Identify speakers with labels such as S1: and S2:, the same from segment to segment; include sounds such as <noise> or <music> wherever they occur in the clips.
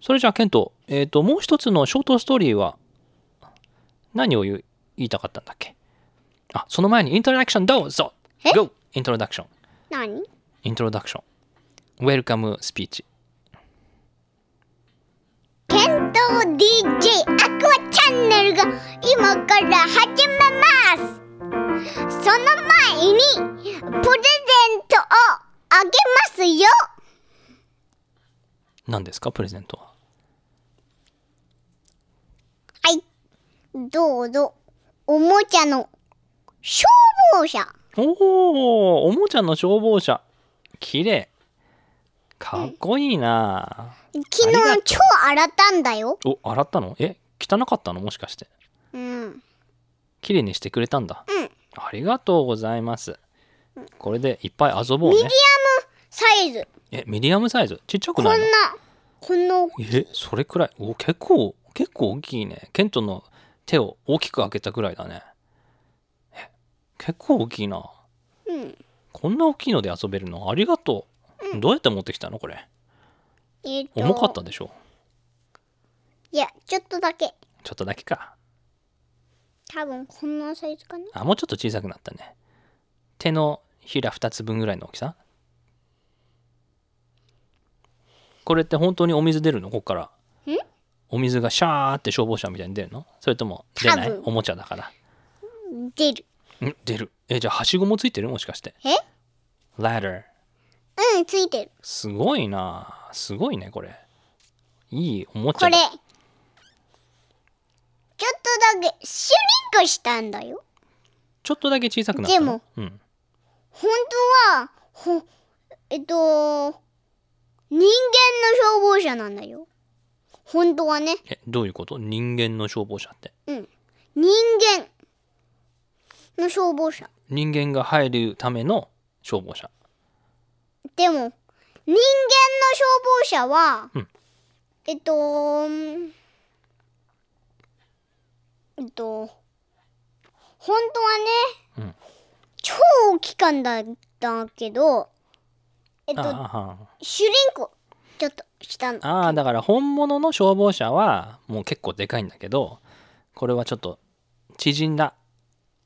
S1: それじゃあ、ケント、えっ、と、もう一つのショートストーリーは、何を言う言いたかったんだっけあ、その前にイントロダクションどうぞ
S2: え
S1: !Go! イントロダクション。
S2: 何
S1: イントロダクション。ウェルカムスピーチ。
S2: ケント DJ アクアチャンネルが今から始めますその前にプレゼントをあげますよ
S1: 何ですか、プレゼントは。
S2: はいどうぞおもちゃの消防車
S1: おお、おもちゃの消防車。綺麗かっこいいな、
S2: 昨
S1: ありがと
S2: 日
S1: う
S2: 超洗ったんだよ
S1: お、洗ったのえ、汚かったのもしかして。
S2: うん
S1: 綺麗にしてくれたんだ。
S2: うん
S1: ありがとうございます。これでいっぱい遊ぼうね。
S2: サイズ
S1: え、ミディアムサイズちっちゃく
S2: こん
S1: な
S2: ない
S1: の
S2: この
S1: え、それくらい。お、結構、結構大きいね。ケントの手を大きく開けたくらいだね。え、結構大きいな。
S2: うん
S1: こんな大きいので遊べるのありがとう。どうやって持ってきたのこれ。
S2: えっと
S1: 重かったでしょ
S2: いやちょっとだけ
S1: ちょっとだけか。
S2: 多分こんなサイズかな
S1: あ、もうちょっと小さくなったね。手のひら2つ分ぐらいの大きさこれって本当にお水出るのここから。お水がシャーって消防車みたいに出るのそれとも出ない
S2: 多分
S1: おもちゃだから。
S2: 出る
S1: ん出る。え、じゃあ、はしごもついてるもしかして。
S2: え
S1: ladder。
S2: うんついてる
S1: すごいなすごいね、これ。いいおもち
S2: こ
S1: ゃ
S2: れ
S1: だ
S2: ちょっとだけシュリンクしたんだよ
S1: ちょっとだけ小さくなったの
S2: でも。
S1: うん。
S2: 本当はほえっと人間の消防車なんだよ本当はね
S1: え、どういうこと人間の消防車って。
S2: うん人間の消防車
S1: 人間が入るための消防車。
S2: でも人間の消防車は、
S1: うん
S2: えっとうんえっと本当はね、
S1: うん
S2: 超大きかったんだけどえっ
S1: あ
S2: と
S1: ああ
S2: シュリンクちょっとしたの
S1: ああだから本物の消防車はもう結構でかいんだけどこれはちょっと縮んだ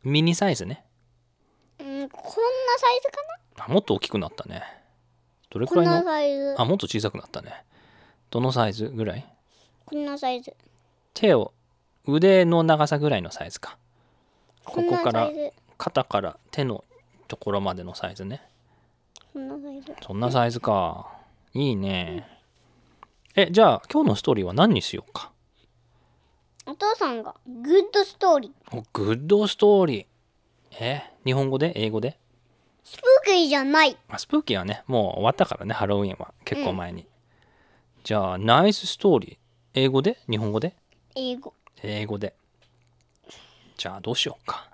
S1: ミニサイズね
S2: うんこんなサイズかな
S1: あもっと大きくなったねどれく
S2: こ
S1: ら
S2: ん
S1: い
S2: な
S1: の
S2: サイズ
S1: あもっと小さくなったねどのサイズぐらい
S2: こんなサイズ
S1: 手を腕の長さぐらいのサイズか
S2: こ
S1: こ
S2: ん
S1: こ
S2: な
S1: か
S2: サ
S1: ら
S2: イズ
S1: 肩から手のところまでのサイズね
S2: こんなサイズ
S1: そんなサイズかいいねえじゃあ今日のストーリーは何にしようか
S2: お父さんがグッドストーリー
S1: おグッドストーリーえ日本語で英語で
S2: スプーキーじゃない
S1: あスプーキーはねもう終わったからねハロウィンは結構前に、じゃあナイスストーリー英語で日本語で
S2: 英語
S1: 英語でじゃあどうしようか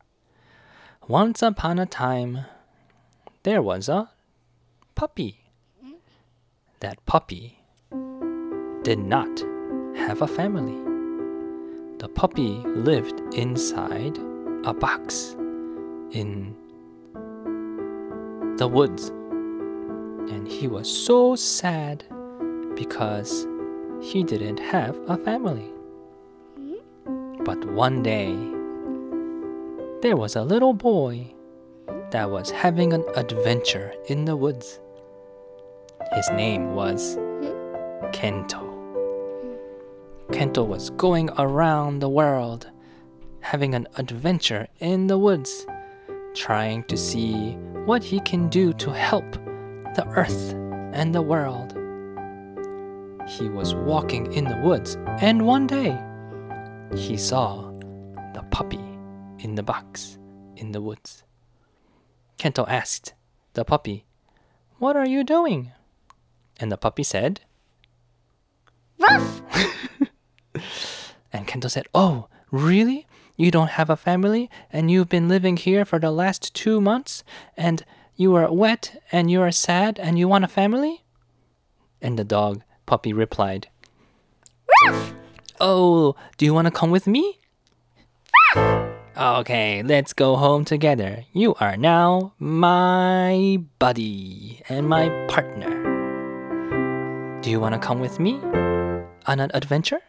S1: Once upon a time there was a puppy that puppy did not have a family the puppy lived inside a box in the woods and he was so sad because he didn't have a family but one day, there was a little boy that was having an adventure in the woods. His name was Kento. Kento was going around the world having an adventure in the woods, trying to see what he can do to help the earth and the world. He was walking in the woods, and one day, he saw the puppy in the box in the woods. Kento asked the puppy, What are you doing? And the puppy said,
S2: ラフ
S1: and Kento said, Oh, really? You don't have a family, and you've been living here for the last two months, and you are wet, and you are sad, and you want a family? And the dog puppy replied, Oh, do you want to come with me? Okay, let's go home together. You are now my buddy and my partner. Do you want to come with me? on an adventure?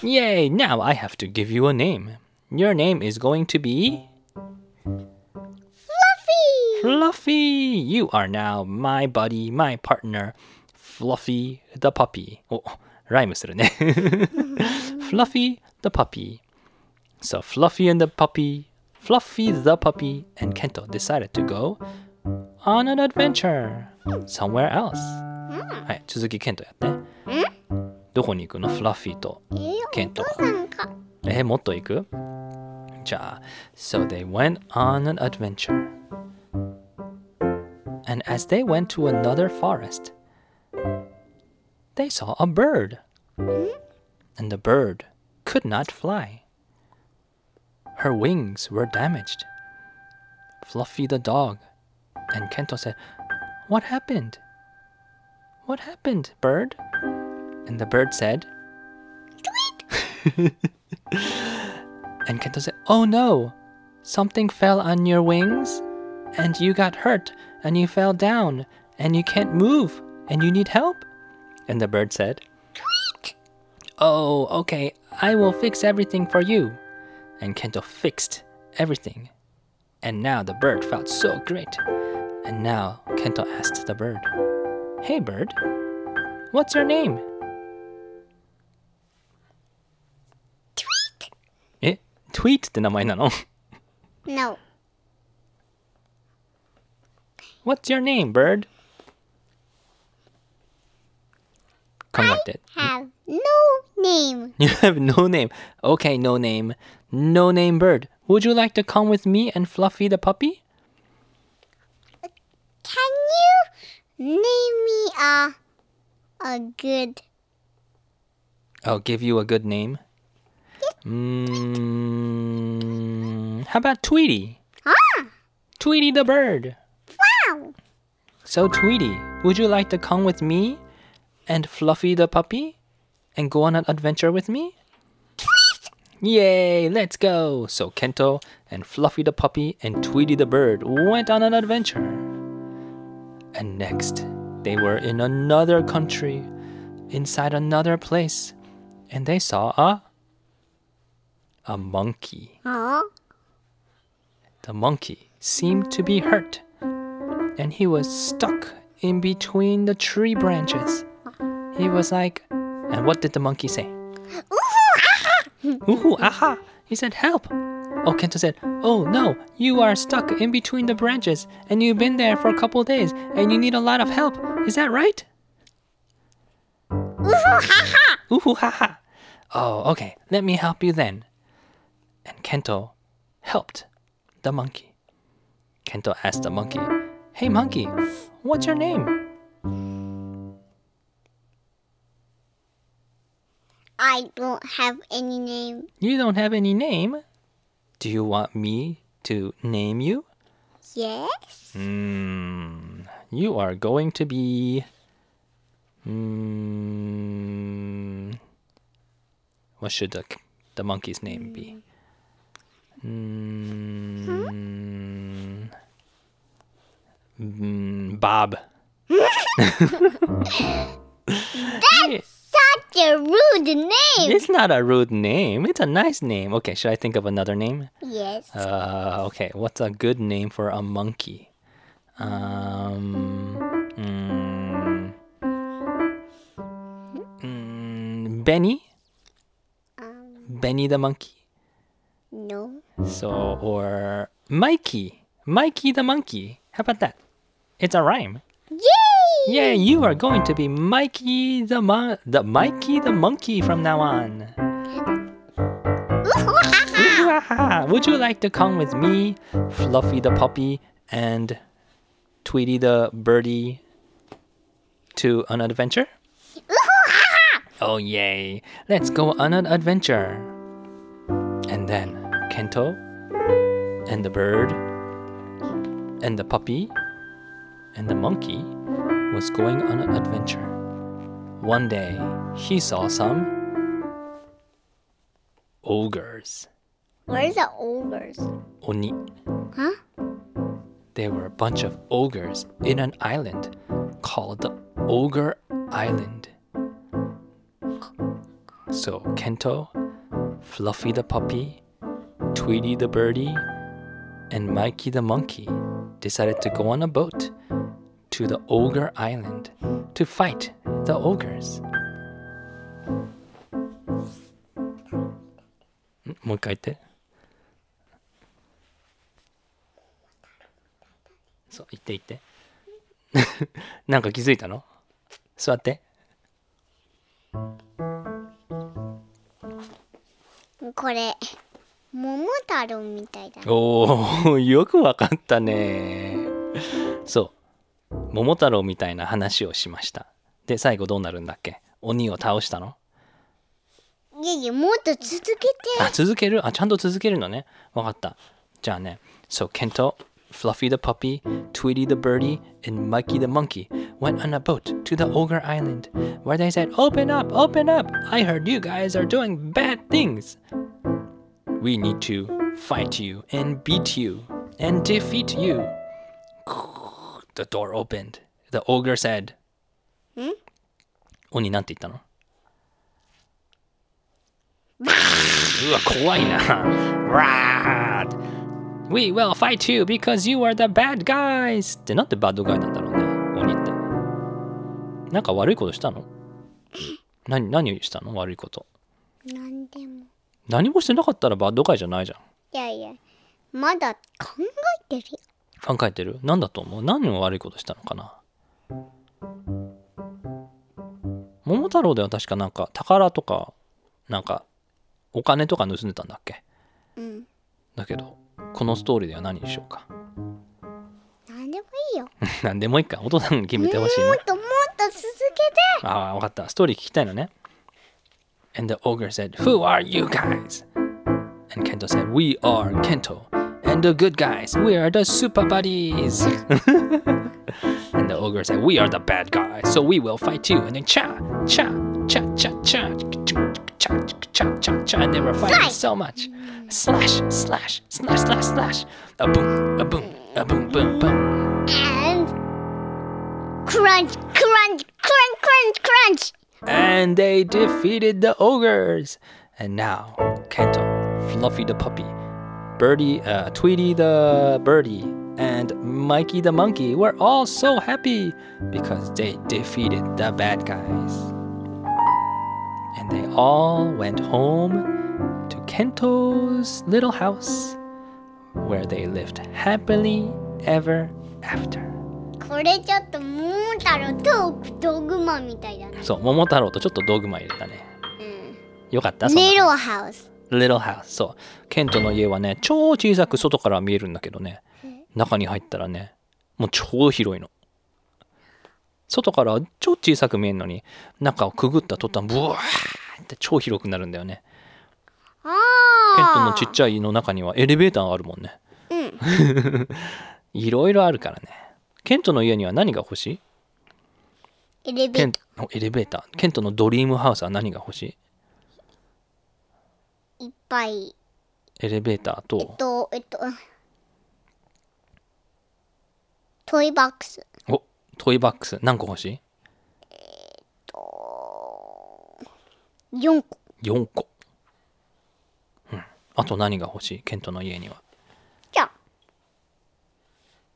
S1: Yay, now I have to give you a name. Your name is going to be
S2: Fluffy!
S1: Fluffy. You are now my buddy, my partner, Fluffy the puppy. Oh, お、ライムするね。Fluffy the puppy. So Fluffy and the puppy, Fluffy the puppy, and Kento decided to go on an adventure somewhere else.
S2: Hmm.
S1: はい、続きケントやって。どこに行くのフラッフィーと。
S2: えー、
S1: ケ
S2: お
S1: ント
S2: 父さんか。
S1: えーもっと行くじゃあ、So they went on an adventure. And as they went to another forest, they saw a bird. And the bird could not fly. Her wings were damaged. Fluffy the dog and Kento said, What happened? What happened, bird? And the bird said, And Kento said, Oh no! Something fell on your wings, and you got hurt, and you fell down, and you can't move, and you need help. And the bird said, Oh, okay, I will fix everything for you. And Kento fixed everything. And now the bird felt so great. And now Kento asked the bird, Hey bird, what's your name?
S2: Tweet?
S1: え、トゥイートって名前 <laughs> なの
S2: No.
S1: What's your name, bird? 考えて。
S2: Have no name.
S1: <laughs> You have no name. Okay, no name. No name bird. Would you like to come with me and Fluffy the puppy?
S2: Can you name me a a good
S1: I'll give you a good name. Mm, how about Tweety?
S2: Ah!
S1: Tweety the bird.
S2: Wow!
S1: So, Tweety, would you like to come with me and Fluffy the puppy and go on an adventure with me? Yay, let's go! So, Kento and Fluffy the puppy and Tweety the bird went on an adventure. And next, they were in another country, inside another place, and they saw a a monkey.
S2: Huh?
S1: The monkey seemed to be hurt, and he was stuck in between the tree branches. He was like, and what did the monkey say? Ooh, aha! He said, help! Oh, Kento said, oh no, you are stuck in between the branches, and you've been there for a couple days, and you need a lot of help. Is that right? Ooh, haha! Oh, okay, let me help you then. And Kento helped the monkey. Kento asked the monkey, Hey monkey, what's your name?
S2: I don't have any name.
S1: You don't have any name. Do you want me to name you?
S2: Yes?
S1: Hmm. You are going to be. Hmm. What should the, the monkey's name be? Hmm. Hmm. Bob.
S2: Such a rude name!
S1: It's not a rude name. It's a nice name. Okay, should I think of another name?
S2: Yes.
S1: Uh, okay, what's a good name for a monkey? Um, mm, mm, Benny?
S2: Um,
S1: Benny the monkey?
S2: no.
S1: So, or Mikey? Mikey the monkey? How about that? It's a rhyme.
S2: Yay!
S1: Yeah, you are going to be Mikey the mon- the Mikey the monkey from now on. Wahaha! <laughs> Would you like to come with me, Fluffy the puppy, and Tweety the birdie, to an adventure? oh, yay! Let's go on an adventure! And then Kento, and the bird, and the puppy, and the monkey was going on an adventure. One day, he saw some ogres.
S2: Where's the ogres?
S1: Oni.
S2: Huh?
S1: They were a bunch of ogres in an island called the Ogre Island. So Kento, Fluffy the puppy, Tweety the birdie, and Mikey the monkey decided to go on a boat to the Ogre Island to fight the ogres. ん Hmm, もう一回言って。そう、言って言 <laughs> って。なんか気づいたの座って。
S2: これ桃太郎みたいだね
S1: おお <laughs> よくわかったねそう桃太郎みたいな話をしましたで最後どうなるんだっけ鬼を倒したの
S2: いやいやもっと続けて
S1: あ続けるあちゃんと続けるのねわかったじゃあね So Kento, Fluffy the puppy, Tweety the birdie, and Mikey the monkey went on a boat to the Ogre Island where they said, Open up, open up! I heard you guys are doing bad things! We need to fight you and beat you and defeat you! The door opened. The ogre said, 鬼なんて言ったのうわ怖いな。わー We will fight you because you are the bad guys! ってなんでバッドガイなんだろうね、鬼って。なんか悪いことしたの何、何したの悪いこと。
S2: なんでも
S1: 何もしてなかったらバッドガイじゃないじゃん。
S2: いやいやまだ考えてるよ
S1: 考えてる何だと思う何を悪いことしたのかな桃太郎では確かなんか宝とかなんかお金とか盗んでたんだっけ
S2: うん
S1: だけどこのストーリーでは何にしようか
S2: なんでもいいよ
S1: <laughs> 何でもいいかお父さんに決めてほしい
S2: も
S1: な
S2: っともっと続けて
S1: ああ、わかった。ストーリー聞きたいのね。And the ogre said, Who are you guys? And Kento said, We are Kento. And the good guys, we are the super buddies. <laughs> and the ogre said, We are the bad guys, so we will fight you. And then cha, cha, cha, cha, cha, cha, cha, cha, cha. And they were fighting so much. Slash, slash, slash, slash, slash. A boom, a boom, a boom, boom, boom.
S2: and crunch crunch crunch crunch crunch
S1: And they defeated the ogres. And now, Kento, Fluffy the puppy, Birdie, uh, Tweety the birdie, and Mikey the monkey were all so happy because they defeated the bad guys. And they all went home to Kento's little house where they lived happily ever after.
S2: これちょっと桃太郎とドグマみたいだな
S1: そう、桃太郎とちょっと道具マ入れたね。
S2: うん
S1: よかった、そんな
S2: ネロハウス
S1: Little House そうケントの家はね超小さく外から見えるんだけどね中に入ったらねもう超広いの外から超小さく見えるのに中をくぐった途端ブワーって超広くなるんだよね
S2: ああ
S1: ケントのちっちゃいの中にはエレベーターがあるもんね
S2: うん
S1: <laughs> いろいろあるからねケントの家には何が欲しい
S2: エレベ
S1: ケ
S2: ー
S1: ン
S2: タ
S1: おエレベーターケントのドリームハウスは何が欲しい
S2: ーいっぱい
S1: エレベーター
S2: えっ
S1: と
S2: とえっとトイバックス
S1: おトイバックス何個欲しい
S2: 4個
S1: 4個、うん、あと何が欲しいケントの家には
S2: じゃあ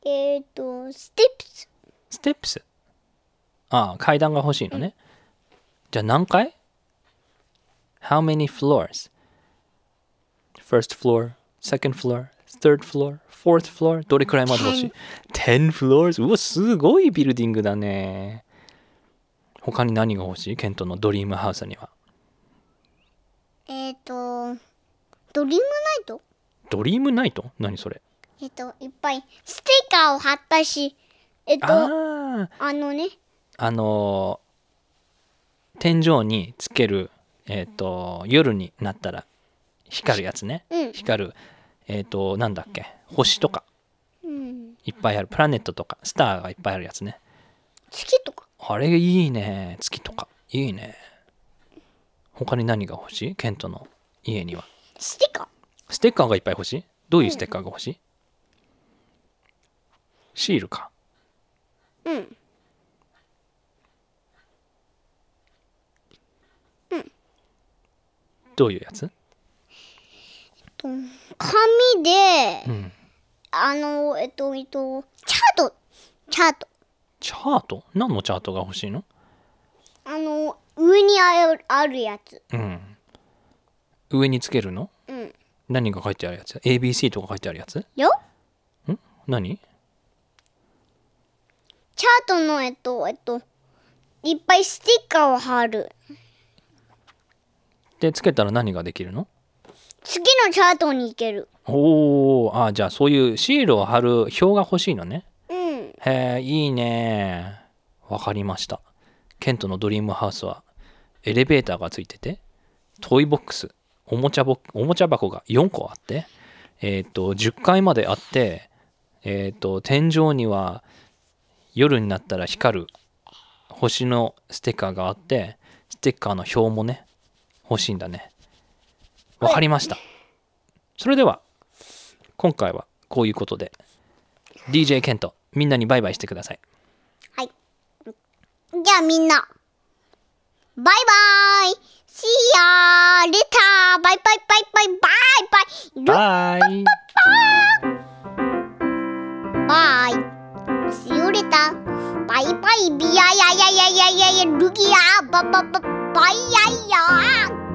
S2: えっとステップス
S1: ステップスああ階段が欲しいのね、じゃあ何階 ?How many floors? First floor, second floor, third floor, fourth floor どれくらいまで欲しい ?10 floors? うわすごいビルディングだね他に何が欲しいケントのドリームハウスには
S2: えっとドリームナイト
S1: ドリームナイト何それ
S2: えっといっぱいステッカーを貼ったしえっと
S1: あ
S2: あ
S1: あ
S2: のね
S1: あのー天井につける、えー、と夜になったら光るやつね、
S2: うん
S1: 光るえっ、となんだっけ星とか
S2: うん
S1: いっぱいあるプラネットとかスターがいっぱいあるやつね
S2: 月とか
S1: あれいいね月とかいいね他に何が欲しいケントの家には
S2: ステッカー
S1: ステッカーがいっぱい欲しいどういうステッカーが欲しい、シールか
S2: うん。うん。
S1: どういうやつ
S2: 紙
S1: う
S2: で、
S1: ん。
S2: あの、えっと、えっと、チャート、チャート。
S1: チャート何のチャートが欲しいの
S2: あの、上にあるあるやつ。
S1: うん。上につけるの
S2: うん。
S1: 何が書いてあるやつ ?ABC とか書いてあるやつ
S2: よ
S1: ん何
S2: チャートの、えっと、えっと、いっぱいステッカーを貼る。
S1: で、つけたら何ができるの
S2: 次のチャートに行ける。
S1: おー、あ、じゃあそういうシールを貼る表が欲しいのね。
S2: うん。
S1: へえ、いいねわかりました。ケントのドリームハウスは、エレベーターがついてて、トイボックス、おもちゃボおもちゃ箱が4個あって、えっ、と、10階まであって、えっ、と、天井には夜になったら光る星のステッカーがあって、ステッカーの表もね、欲しいんだね。わかりました。それでは、今回はこういうことで、DJ ケント、みんなにバイバイしてください。
S2: はい。じゃあみんな。バイバイ !See ya! Later! バイバイバイバイバイバイ
S1: バイ
S2: バイ !See you later! バイバイビアヤヤヤヤヤヤルギアババババイヤヤ